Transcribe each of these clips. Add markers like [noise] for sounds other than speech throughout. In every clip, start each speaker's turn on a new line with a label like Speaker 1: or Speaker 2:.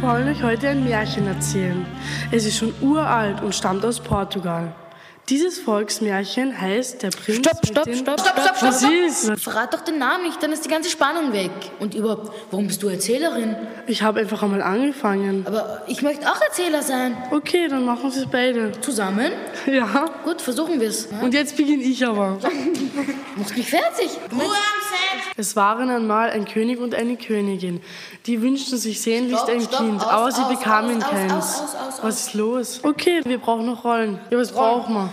Speaker 1: wollen euch heute ein Märchen erzählen. Es ist schon uralt und stammt aus Portugal. Dieses Volksmärchen heißt der Prinz.
Speaker 2: Stopp,
Speaker 1: mit
Speaker 2: stopp,
Speaker 1: den
Speaker 2: stopp,
Speaker 1: stopp, stopp, stopp, stopp. Was ist?
Speaker 2: Verrat doch den Namen nicht, dann ist die ganze Spannung weg. Und überhaupt, warum bist du Erzählerin?
Speaker 1: Ich habe einfach einmal angefangen.
Speaker 2: Aber ich möchte auch Erzähler sein.
Speaker 1: Okay, dann machen Sie es beide.
Speaker 2: Zusammen?
Speaker 1: [laughs] Ja.
Speaker 2: Gut, versuchen wir es.
Speaker 1: Und jetzt beginne
Speaker 2: [laughs]
Speaker 1: ich aber.
Speaker 2: Machst mich fertig.
Speaker 1: Es waren einmal ein König und eine Königin. Die wünschten sich sehnlichst
Speaker 2: Stopp,
Speaker 1: ein
Speaker 2: stopp,
Speaker 1: Kind,
Speaker 2: aus,
Speaker 1: aber sie
Speaker 2: aus,
Speaker 1: bekamen
Speaker 2: aus, aus,
Speaker 1: keins.
Speaker 2: aus, aus, aus,
Speaker 1: was ist los? Okay, wir brauchen noch Rollen. Ja, was brauchen wir?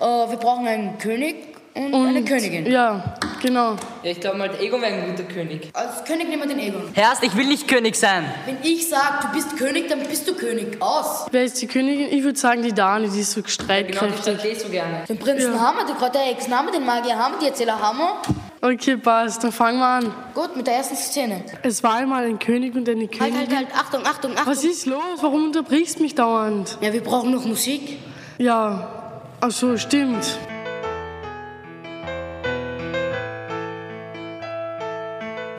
Speaker 2: Äh, wir brauchen einen König und, eine
Speaker 1: Und-
Speaker 2: Königin.
Speaker 1: Ja, genau.
Speaker 3: Ja, ich glaube mal, der Egon wäre ein guter König.
Speaker 2: Als König nehmen wir den Egon.
Speaker 4: Herrst, ich will nicht König sein.
Speaker 2: Wenn ich sage, du bist König, dann bist du König. Aus.
Speaker 1: Wer ist die Königin? Ich würde sagen, die Dani, die ist so
Speaker 3: Genau, ich
Speaker 1: streitkräftig.
Speaker 3: sage eh so gerne.
Speaker 2: Den Prinzen haben wir, die Kräuter Hexen haben wir, den Magier haben wir, die Erzähler haben wir.
Speaker 1: Okay, passt, dann fangen wir an.
Speaker 2: Gut, mit der ersten Szene.
Speaker 1: Es war einmal ein König und eine
Speaker 2: Halt,
Speaker 1: Königin.
Speaker 2: halt, halt. Achtung, Achtung, Achtung.
Speaker 1: Was ist los? Warum unterbrichst mich dauernd?
Speaker 2: Ja, wir brauchen noch Musik.
Speaker 1: Ja, ach so, stimmt.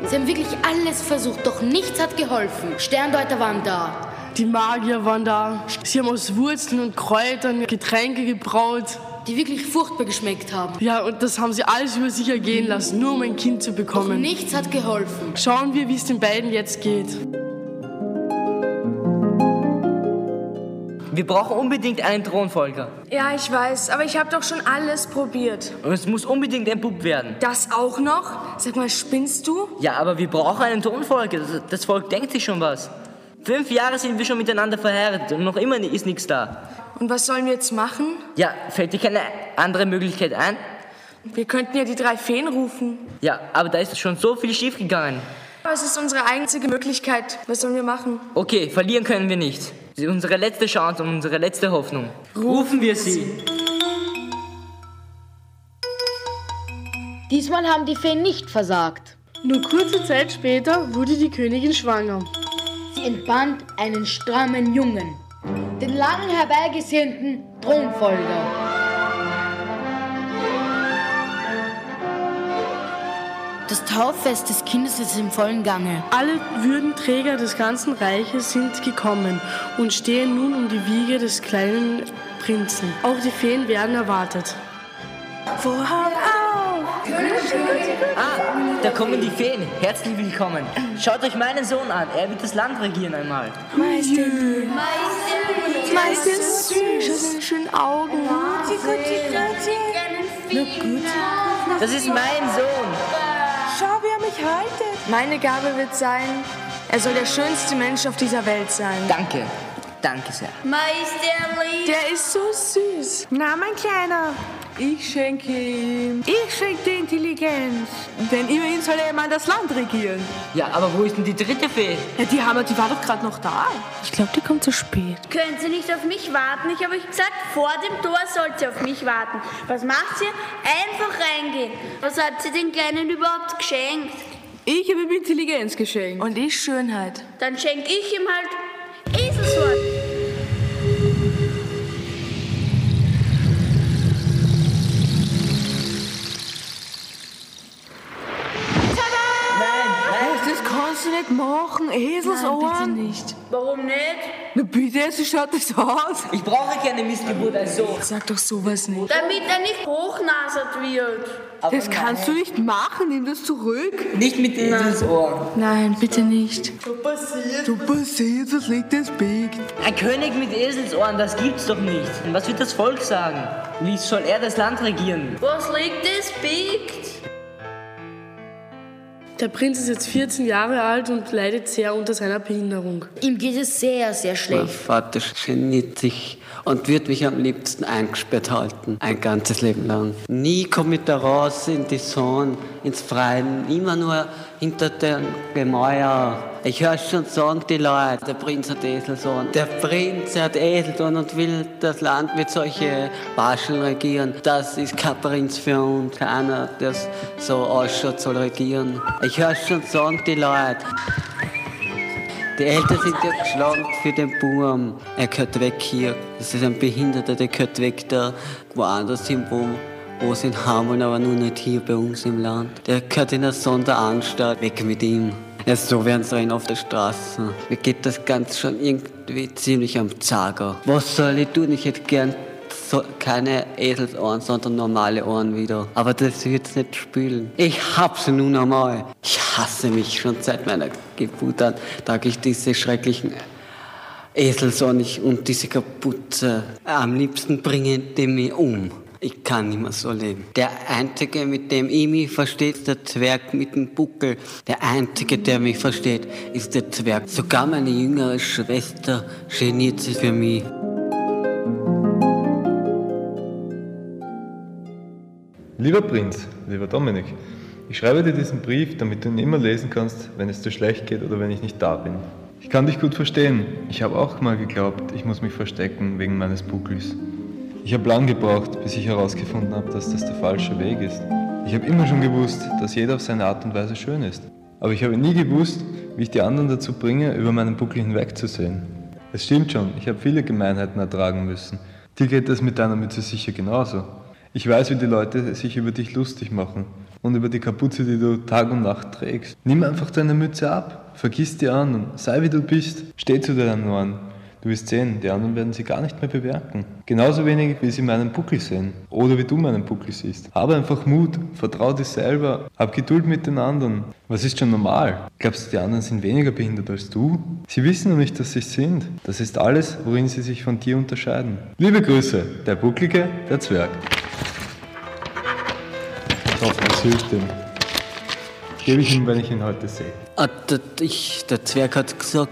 Speaker 2: Sie haben wirklich alles versucht, doch nichts hat geholfen. Sterndeuter waren da.
Speaker 1: Die Magier waren da. Sie haben aus Wurzeln und Kräutern Getränke gebraut.
Speaker 2: Die wirklich furchtbar geschmeckt haben.
Speaker 1: Ja, und das haben sie alles über sich ergehen lassen, nur um ein Kind zu bekommen.
Speaker 2: Nichts hat geholfen.
Speaker 1: Schauen wir, wie es den beiden jetzt geht.
Speaker 4: Wir brauchen unbedingt einen Thronfolger.
Speaker 5: Ja, ich weiß, aber ich habe doch schon alles probiert.
Speaker 4: Und es muss unbedingt ein Bub werden.
Speaker 5: Das auch noch? Sag mal, spinnst du?
Speaker 4: Ja, aber wir brauchen einen Thronfolger. Das, das Volk denkt sich schon was. Fünf Jahre sind wir schon miteinander verheiratet und noch immer ni- ist nichts da.
Speaker 5: Und was sollen wir jetzt machen?
Speaker 4: Ja, fällt dir keine andere Möglichkeit ein?
Speaker 5: Wir könnten ja die drei Feen rufen.
Speaker 4: Ja, aber da ist schon so viel schiefgegangen.
Speaker 5: Aber es ist unsere einzige Möglichkeit. Was sollen wir machen?
Speaker 4: Okay, verlieren können wir nicht. Sie ist unsere letzte Chance und unsere letzte Hoffnung. Rufen wir sie.
Speaker 2: Diesmal haben die Feen nicht versagt.
Speaker 1: Nur kurze Zeit später wurde die Königin schwanger.
Speaker 2: Sie entband einen strammen Jungen. Den lang herbeigesehnten Thronfolger. Das Tauffest des Kindes ist im vollen Gange.
Speaker 1: Alle Würdenträger des ganzen Reiches sind gekommen und stehen nun um die Wiege des kleinen Prinzen. Auch die Feen werden erwartet.
Speaker 4: Ah, da kommen die Feen. Herzlich willkommen. Schaut euch meinen Sohn an. Er wird das Land regieren einmal.
Speaker 5: Meistens süß. Schönen Augen.
Speaker 4: Das ist mein Sohn.
Speaker 6: Schau, wie er mich haltet.
Speaker 5: Meine Gabe wird sein, er soll der schönste Mensch auf dieser Welt sein.
Speaker 4: Danke. Danke sehr.
Speaker 5: Der ist so süß.
Speaker 6: Na, mein Kleiner. Ich schenke ihm. Ich schenke dir Intelligenz. Denn immerhin soll er mal das Land regieren.
Speaker 4: Ja, aber wo ist denn die dritte Fee?
Speaker 6: Ja, die Hammer, die war doch gerade noch da.
Speaker 5: Ich glaube, der kommt zu spät.
Speaker 7: Können Sie nicht auf mich warten? Ich habe euch gesagt, vor dem Tor sollt ihr auf mich warten. Was macht ihr? Einfach reingehen. Was hat sie den Kleinen überhaupt geschenkt?
Speaker 6: Ich habe ihm Intelligenz geschenkt.
Speaker 5: Und ich Schönheit.
Speaker 7: Dann schenke ich ihm halt Eselswort.
Speaker 6: Das kannst du nicht machen, Eselsohren.
Speaker 5: nicht.
Speaker 7: Warum nicht?
Speaker 6: Na bitte, so schaut das aus.
Speaker 4: Ich brauche keine Missgeburt also. als Sohn.
Speaker 5: Sag doch sowas nicht.
Speaker 7: Damit er halt nicht hochnasert wird.
Speaker 4: Aber
Speaker 6: Das kannst du nicht machen, nimm das zurück.
Speaker 4: nicht mit dieses Ohr.
Speaker 5: Nein, bitte nicht.
Speaker 6: Du passiert, das liegt das Biegt.
Speaker 4: Ein König mit Eselsohren, das gibt's doch nicht. Was wird das Volk sagen? Wie soll er das Land regieren?
Speaker 7: Was liegt es? Biegt?
Speaker 1: Der Prinz ist jetzt 14 Jahre alt und leidet sehr unter seiner Behinderung.
Speaker 2: Ihm geht es sehr, sehr
Speaker 8: Mein
Speaker 2: schlecht.
Speaker 8: Vater geniert sich und wird mich am liebsten eingesperrt halten, ein ganzes Leben lang. Nie komme ich da raus in die Sonne, ins Freie, immer nur hinter dem Gemäuer. Ich höre schon sagen, die Leute, der Prinz hat Eselsohn. Der Prinz hat Eselsohn und will das Land mit solchen Wascheln regieren. Das ist kein Prinz für uns. Keiner, der so ausschaut, soll regieren. Ich höre schon sagen, die Leute, die Eltern sind ja geschlagen für den Burm. Er gehört weg hier. Das ist ein Behinderter, der gehört weg da, woanders hin, wo, wo sie ihn haben wollen, aber nur nicht hier bei uns im Land. Der gehört in eine Sonderanstalt. Weg mit ihm. Ja, so werden's rein auf der Straße. Mir geht das Ganze schon irgendwie ziemlich am Zager. Was soll ich tun? Ich hätte gern so, keine Eselsohren, sondern normale Ohren wieder. Aber das wird's nicht spülen. Ich hab's nun einmal. Ich hasse mich schon seit meiner Geburt an, trage ich diese schrecklichen Eselsohren ich- und diese Kapuze. Am liebsten bringen die mich um. Ich kann nicht mehr so leben. Der Einzige, mit dem ich mich verstehe, ist der Zwerg mit dem Buckel. Der Einzige, der mich versteht, ist der Zwerg. Sogar meine jüngere Schwester geniert sich für mich.
Speaker 9: Lieber Prinz, lieber Dominik, ich schreibe dir diesen Brief, damit du ihn immer lesen kannst, wenn es dir schlecht geht oder wenn ich nicht da bin. Ich kann dich gut verstehen. Ich habe auch mal geglaubt, ich muss mich verstecken wegen meines Buckels. Ich habe lang gebraucht, bis ich herausgefunden habe, dass das der falsche Weg ist. Ich habe immer schon gewusst, dass jeder auf seine Art und Weise schön ist. Aber ich habe nie gewusst, wie ich die anderen dazu bringe, über meinen Buckel hinwegzusehen. Es stimmt schon, ich habe viele Gemeinheiten ertragen müssen. Dir geht es mit deiner Mütze sicher genauso. Ich weiß, wie die Leute sich über dich lustig machen und über die Kapuze, die du Tag und Nacht trägst. Nimm einfach deine Mütze ab, vergiss die anderen, sei wie du bist, steh zu deinen Ohren. Du wirst sehen, die anderen werden sie gar nicht mehr bemerken. Genauso wenig, wie sie meinen Buckel sehen. Oder wie du meinen Buckel siehst. Habe einfach Mut, vertrau dir selber, hab Geduld mit den anderen. Was ist schon normal? Glaubst du, die anderen sind weniger behindert als du? Sie wissen noch nicht, dass sie es sind. Das ist alles, worin sie sich von dir unterscheiden. Liebe Grüße, der Bucklige, der Zwerg. Ich hoffe, es hilft ihm. Gebe ich ihm, wenn ich ihn heute sehe.
Speaker 8: Ah, der, ich, der Zwerg hat gesagt,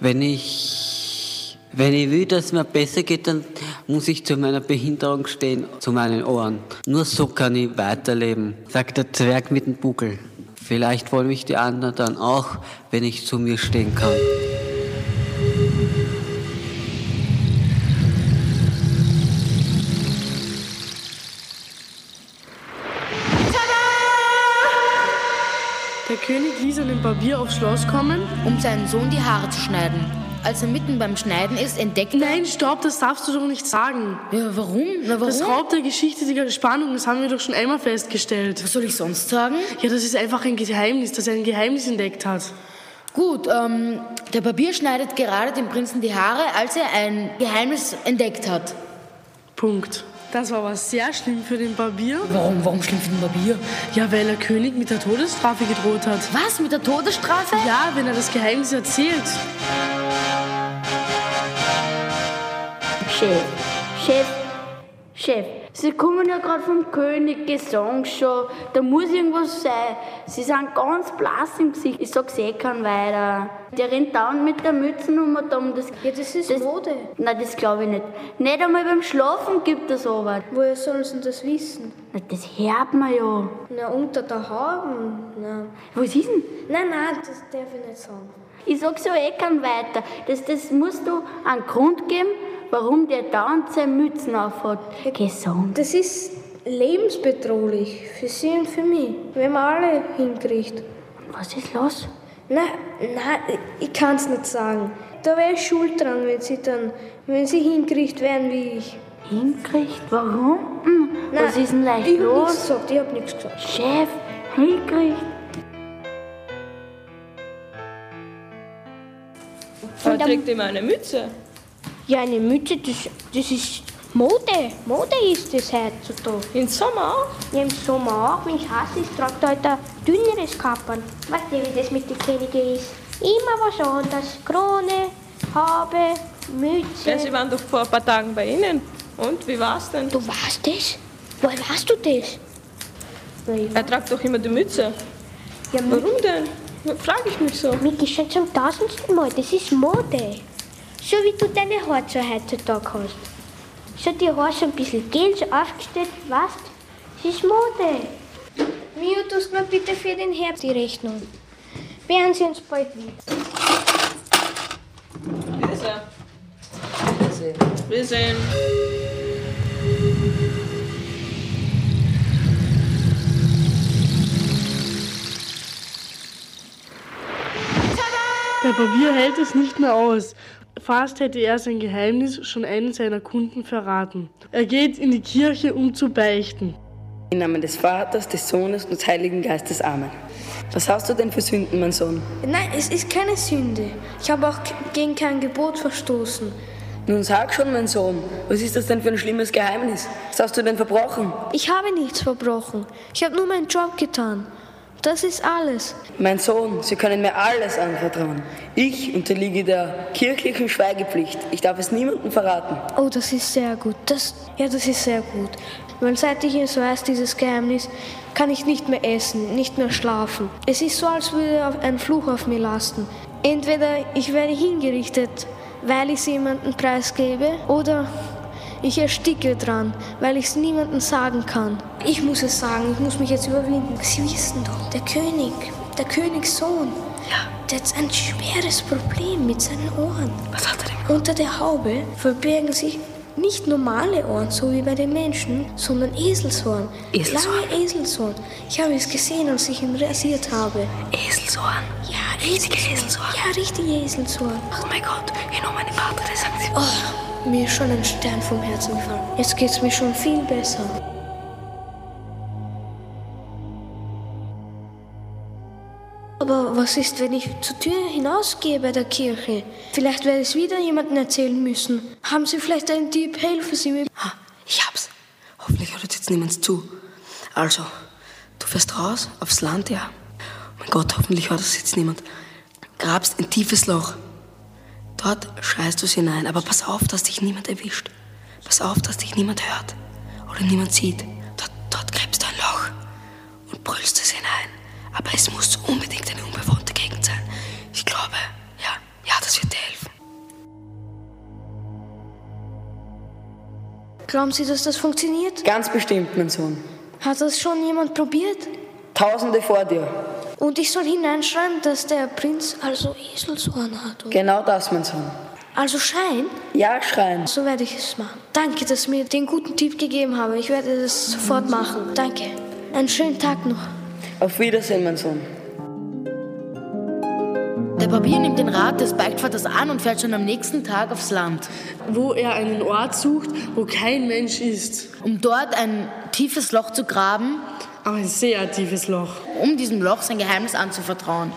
Speaker 8: wenn ich, wenn ich will, dass es mir besser geht, dann muss ich zu meiner Behinderung stehen, zu meinen Ohren. Nur so kann ich weiterleben, sagt der Zwerg mit dem Buckel. Vielleicht wollen mich die anderen dann auch, wenn ich zu mir stehen kann.
Speaker 1: Der König ließ einen Barbier aufs Schloss kommen.
Speaker 2: um seinen Sohn die Haare zu schneiden. Als er mitten beim Schneiden ist, entdeckt er...
Speaker 1: Nein, stopp, das darfst du doch nicht sagen.
Speaker 2: Ja, warum? Na, warum?
Speaker 1: Das raubt der Geschichte die Spannung, das haben wir doch schon einmal festgestellt.
Speaker 2: Was soll ich sonst sagen?
Speaker 1: Ja, das ist einfach ein Geheimnis, das er ein Geheimnis entdeckt hat.
Speaker 2: Gut, ähm, der Barbier schneidet gerade dem Prinzen die Haare, als er ein Geheimnis entdeckt hat.
Speaker 1: Punkt. Das war aber sehr schlimm für den Barbier.
Speaker 2: Warum, warum schlimm für den Barbier?
Speaker 1: Ja, weil der König mit der Todesstrafe gedroht hat.
Speaker 2: Was, mit der Todesstrafe?
Speaker 1: Ja, wenn er das Geheimnis erzählt.
Speaker 7: Chef, Chef, Chef, Sie kommen ja gerade vom König, Gesangsshow, da muss irgendwas sein. Sie sind ganz blass im Gesicht. Ich sag's eh kann weiter. Der rennt dauernd mit der Mütze um und um. Das, ja, das ist Mode. Nein, das glaube ich nicht. Nicht einmal beim Schlafen gibt es sowas.
Speaker 10: Woher sollen sie das wissen?
Speaker 7: Na, das hört man ja.
Speaker 10: Na, unter der Haube. Na.
Speaker 7: Was ist denn?
Speaker 10: Nein, nein, das darf ich nicht sagen.
Speaker 7: Ich sag's ja eh kann weiter. Das, das musst du einen Grund geben, warum der dauernd seine Mützen aufhat. Gesang.
Speaker 10: Das ist lebensbedrohlich für sie und für mich, wenn man alle hinkriegt.
Speaker 7: Was ist los?
Speaker 10: Na, na, ich kann's nicht sagen. Da wäre ich schuld dran, wenn sie dann, wenn sie hinkriegt werden wie ich.
Speaker 7: Hinkriegt? Warum? Hm,
Speaker 10: Na,
Speaker 7: was ist denn leicht
Speaker 10: ich hab
Speaker 7: los?
Speaker 10: nichts gesagt, ich hab nichts gesagt.
Speaker 7: Chef, hinkriegt?
Speaker 5: Heute trägt immer eine Mütze.
Speaker 10: Ja, eine Mütze, das, das ist Mode. Mode ist das heutzutage.
Speaker 5: Im Sommer auch.
Speaker 10: Ja, im Sommer auch, wenn es heiß ist, tragt er halt ein dünneres Kappern. Weißt du, wie das mit den Königen ist? Immer was anderes. Krone, Habe, Mütze.
Speaker 5: Ja, sie waren doch vor ein paar Tagen bei Ihnen. Und wie war's denn?
Speaker 10: du weißt das? Woher weißt du das?
Speaker 5: Er tragt doch immer die Mütze.
Speaker 10: Ja,
Speaker 5: Warum denn? Frage ich mich so.
Speaker 10: Mir geschieht zum tausendsten Mal, das ist Mode. So wie du deine Haare so heutzutage hast. So die Haare so ein bisschen gel, so aufgestellt, weißt Das ist Mode. Mio, tust mir bitte für den Herbst die Rechnung. Werden Sie uns bald wieder.
Speaker 5: Wiedersehen. Wiedersehen.
Speaker 1: Der Barbier hält es nicht mehr aus. Fast hätte er sein Geheimnis schon einen seiner Kunden verraten. Er geht in die Kirche, um zu beichten.
Speaker 11: Im Namen des Vaters, des Sohnes und des Heiligen Geistes. Amen. Was hast du denn für Sünden, mein Sohn?
Speaker 10: Nein, es ist keine Sünde. Ich habe auch gegen kein Gebot verstoßen.
Speaker 11: Nun sag schon, mein Sohn, was ist das denn für ein schlimmes Geheimnis? Was hast du denn verbrochen?
Speaker 10: Ich habe nichts verbrochen. Ich habe nur meinen Job getan. Das ist alles.
Speaker 11: Mein Sohn, Sie können mir alles anvertrauen. Ich unterliege der kirchlichen Schweigepflicht. Ich darf es niemandem verraten.
Speaker 10: Oh, das ist sehr gut. Das, ja, das ist sehr gut. Weil seit ich es weiß, dieses Geheimnis, kann ich nicht mehr essen, nicht mehr schlafen. Es ist so, als würde auf- ein Fluch auf mir lasten. Entweder ich werde hingerichtet, weil ich es jemandem preisgebe, oder ich ersticke dran, weil ich es niemandem sagen kann. Ich muss es sagen, ich muss mich jetzt überwinden. Sie wissen doch, der König, der Königssohn, der hat ein schweres Problem mit seinen Ohren. Was hat er denn? Unter der Haube verbirgen sich nicht normale Ohren, so wie bei den Menschen, sondern Eselsohren.
Speaker 12: Eselsohren?
Speaker 10: Lange Eselsohren. Ich habe es gesehen, als ich ihn rasiert habe.
Speaker 12: Eselsohren.
Speaker 10: Ja,
Speaker 12: Riesige Eselsohren.
Speaker 10: Ja, richtige Eselsohren.
Speaker 12: Oh mein Gott, ich nehme meine Vater, das sagen sie.
Speaker 10: Oh, mir ist schon ein Stern vom Herzen gefallen. Jetzt geht's mir schon viel besser. Aber was ist, wenn ich zur Tür hinausgehe bei der Kirche? Vielleicht werde ich es wieder jemandem erzählen müssen. Haben Sie vielleicht einen Tipp? Helfen Sie mir.
Speaker 11: Ich hab's. Hoffentlich hört jetzt niemand zu. Also, du fährst raus aufs Land, ja. Oh Mein Gott, hoffentlich hört das jetzt niemand. Grabst ein tiefes Loch. Dort schreist du es hinein, aber pass auf, dass dich niemand erwischt. Pass auf, dass dich niemand hört oder niemand sieht. Dort, dort gräbst du ein Loch und brüllst es hinein. Aber es muss unbedingt eine unbewohnte Gegend sein. Ich glaube, ja, ja, das wird dir helfen.
Speaker 10: Glauben Sie, dass das funktioniert?
Speaker 11: Ganz bestimmt, mein Sohn.
Speaker 10: Hat das schon jemand probiert?
Speaker 11: Tausende vor dir.
Speaker 10: Und ich soll hineinschreiben, dass der Prinz also Eselsohren hat. oder?
Speaker 11: Genau das, mein Sohn.
Speaker 10: Also Schein?
Speaker 11: Ja, Schein.
Speaker 10: So werde ich es machen. Danke, dass du mir den guten Tipp gegeben habe. Ich werde das sofort machen. Danke. Einen schönen Tag noch.
Speaker 11: Auf Wiedersehen, mein Sohn.
Speaker 2: Der Barbier nimmt den Rat des Beichtvaters an und fährt schon am nächsten Tag aufs Land.
Speaker 1: Wo er einen Ort sucht, wo kein Mensch ist.
Speaker 2: Um dort ein tiefes Loch zu graben.
Speaker 1: Aber ein sehr tiefes Loch.
Speaker 2: Um diesem Loch sein Geheimnis anzuvertrauen.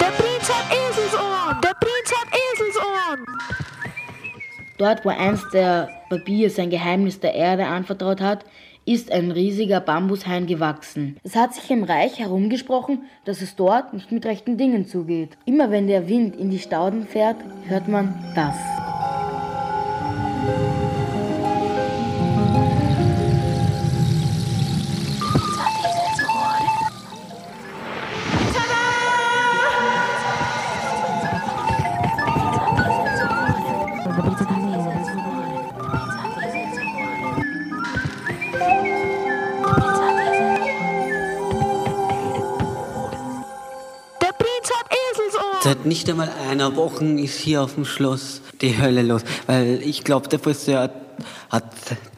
Speaker 12: Der Prinz hat Eselsohren! Der Prinz hat Eselsohren!
Speaker 2: Dort, wo einst der Barbier sein Geheimnis der Erde anvertraut hat, ist ein riesiger Bambushain gewachsen. Es hat sich im Reich herumgesprochen, dass es dort nicht mit rechten Dingen zugeht. Immer wenn der Wind in die Stauden fährt, hört man das.
Speaker 12: Der Prinz hat Eselsohren!
Speaker 8: Seit nicht einmal einer Woche ist hier auf dem Schloss die Hölle los, weil ich glaube, der Friseur hat, hat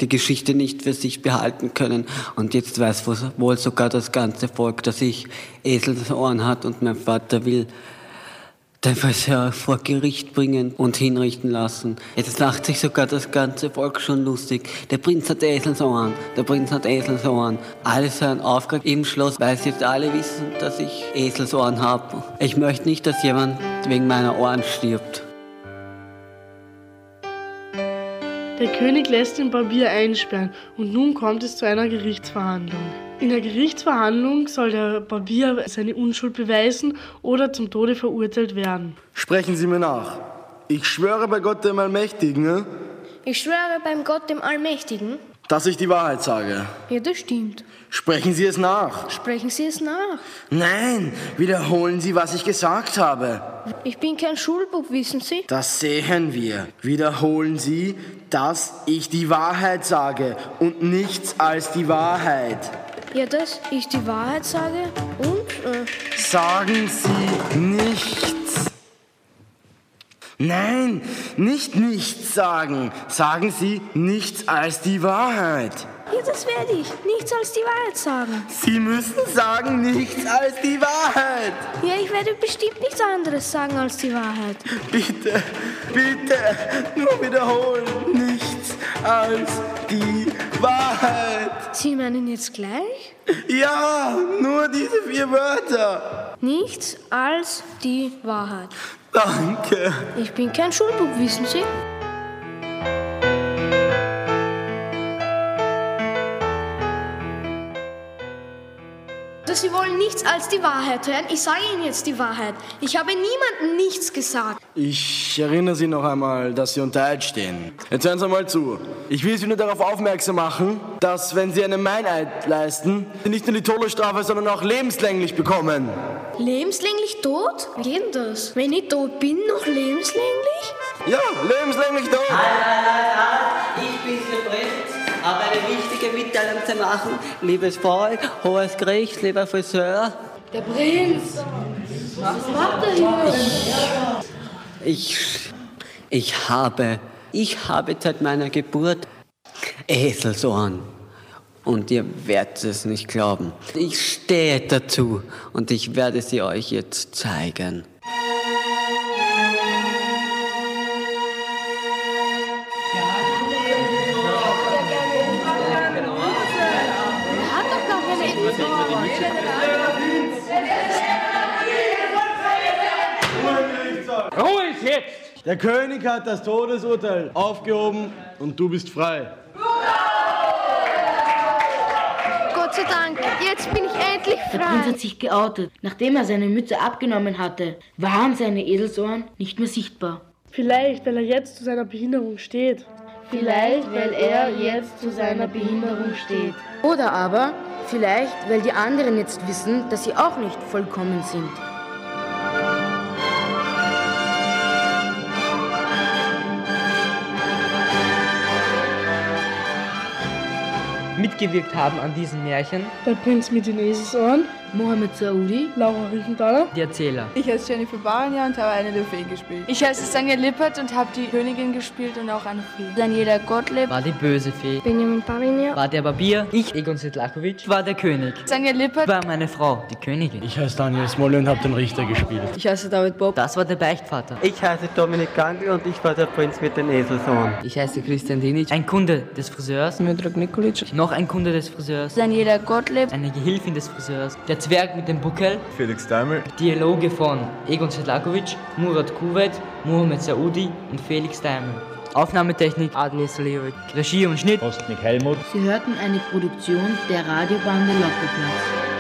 Speaker 8: die Geschichte nicht für sich behalten können. Und jetzt weiß wo's- wohl sogar das ganze Volk, dass ich Eselsohren hat und mein Vater will den Friseur vor Gericht bringen und hinrichten lassen. Jetzt lacht sich sogar das ganze Volk schon lustig. Der Prinz hat Eselsohren, der Prinz hat Eselsohren. Alle sind aufgeregt im Schloss, weil sie jetzt alle wissen, dass ich Eselsohren habe. Ich möchte nicht, dass jemand wegen meiner Ohren stirbt.
Speaker 1: Der König lässt den Barbier einsperren und nun kommt es zu einer Gerichtsverhandlung. In der Gerichtsverhandlung soll der Barbier seine Unschuld beweisen oder zum Tode verurteilt werden.
Speaker 13: Sprechen Sie mir nach. Ich schwöre bei Gott dem Allmächtigen,
Speaker 10: Ich schwöre beim Gott, dem Allmächtigen.
Speaker 13: dass ich die Wahrheit sage.
Speaker 10: Ja, das stimmt.
Speaker 13: Sprechen Sie es nach.
Speaker 10: Sprechen Sie es nach.
Speaker 13: Nein, wiederholen Sie, was ich gesagt habe.
Speaker 10: Ich bin kein Schulbub, wissen Sie?
Speaker 13: Das sehen wir. Wiederholen Sie, dass ich die Wahrheit sage und nichts als die Wahrheit.
Speaker 10: Ja, dass ich die Wahrheit sage und... Äh,
Speaker 13: Sagen Sie nichts. Nein, nicht nichts sagen. Sagen Sie nichts als die Wahrheit.
Speaker 10: Ja, das werde ich. Nichts als die Wahrheit sagen.
Speaker 14: Sie müssen sagen nichts als die Wahrheit.
Speaker 10: Ja, ich werde bestimmt nichts anderes sagen als die Wahrheit.
Speaker 14: Bitte, bitte, nur wiederholen. Nichts als die Wahrheit.
Speaker 10: Sie meinen jetzt gleich?
Speaker 14: Ja, nur diese vier Wörter.
Speaker 10: Nichts als die Wahrheit.
Speaker 14: Danke.
Speaker 10: Ich bin kein Schulbub, wissen Sie? Dass Sie wollen nichts als die Wahrheit hören. Ich sage Ihnen jetzt die Wahrheit. Ich habe niemandem nichts gesagt.
Speaker 13: Ich erinnere Sie noch einmal, dass Sie unter Eid stehen. Jetzt hören Sie mal zu. Ich will Sie nur darauf aufmerksam machen, dass, wenn Sie einen Meineid leisten, Sie nicht nur die Todesstrafe, sondern auch lebenslänglich bekommen.
Speaker 10: Lebenslänglich tot? Wie geht denn das? Wenn ich tot bin, noch lebenslänglich?
Speaker 13: Ja, lebenslänglich tot!
Speaker 8: Ich bin der Prinz, aber eine wichtige Mitteilung zu machen. Liebes Volk, hohes Gericht, lieber Friseur.
Speaker 2: Der Prinz! Was macht er hier?
Speaker 8: Ich, ich habe, ich habe seit meiner Geburt Eselsohren. Und ihr werdet es nicht glauben. Ich stehe dazu und ich werde sie euch jetzt zeigen.
Speaker 13: Ruhe ist jetzt! Der König hat das Todesurteil aufgehoben und du bist frei.
Speaker 10: Gott sei Dank, jetzt bin ich endlich
Speaker 2: Der Prinz hat sich geoutet. Nachdem er seine Mütze abgenommen hatte, waren seine Eselsohren nicht mehr sichtbar.
Speaker 1: Vielleicht, weil er jetzt zu seiner Behinderung steht.
Speaker 2: Vielleicht, weil er jetzt zu seiner Behinderung steht. Oder aber vielleicht, weil die anderen jetzt wissen, dass sie auch nicht vollkommen sind.
Speaker 4: mitgewirkt haben an diesem Märchen.
Speaker 1: Der Prinz mit den Eselsohren.
Speaker 2: Mohammed Saoudi.
Speaker 1: Laura Riefenthaler.
Speaker 4: Die Erzähler.
Speaker 15: Ich heiße Jennifer Barnia und habe eine der Feen gespielt.
Speaker 5: Ich heiße Sanja Lippert und habe die Königin gespielt und auch eine Fee. Daniela Gottlieb.
Speaker 4: War die böse Fee.
Speaker 10: Benjamin Pavinier.
Speaker 4: War der Barbier. Ich, Egon Sedlakovic. War der König.
Speaker 5: Sanja Lippert.
Speaker 4: War meine Frau, die Königin.
Speaker 13: Ich heiße Daniel Smolle und habe den Richter gespielt.
Speaker 4: Ich heiße David Bob. Das war der Beichtvater.
Speaker 16: Ich heiße Dominik Gangl und ich war der Prinz mit den Eselsohren.
Speaker 4: Ich heiße Christian Dinic. Ein Kunde des Friseurs. Miodrag Nikolic. Noch ein Kunde des Friseurs.
Speaker 5: Daniela Gottlieb.
Speaker 4: Eine Gehilfin des Friseurs. Der Zwerg mit dem Buckel.
Speaker 17: Felix Daimel.
Speaker 4: Dialoge von Egon Sedlakovic, Murat Kuwait, Mohamed Saoudi und Felix Daimel. Aufnahmetechnik Adnir Saliovic. Regie und Schnitt Ostnik Helmut.
Speaker 2: Sie hörten eine Produktion der Radiobande Lockeplatz.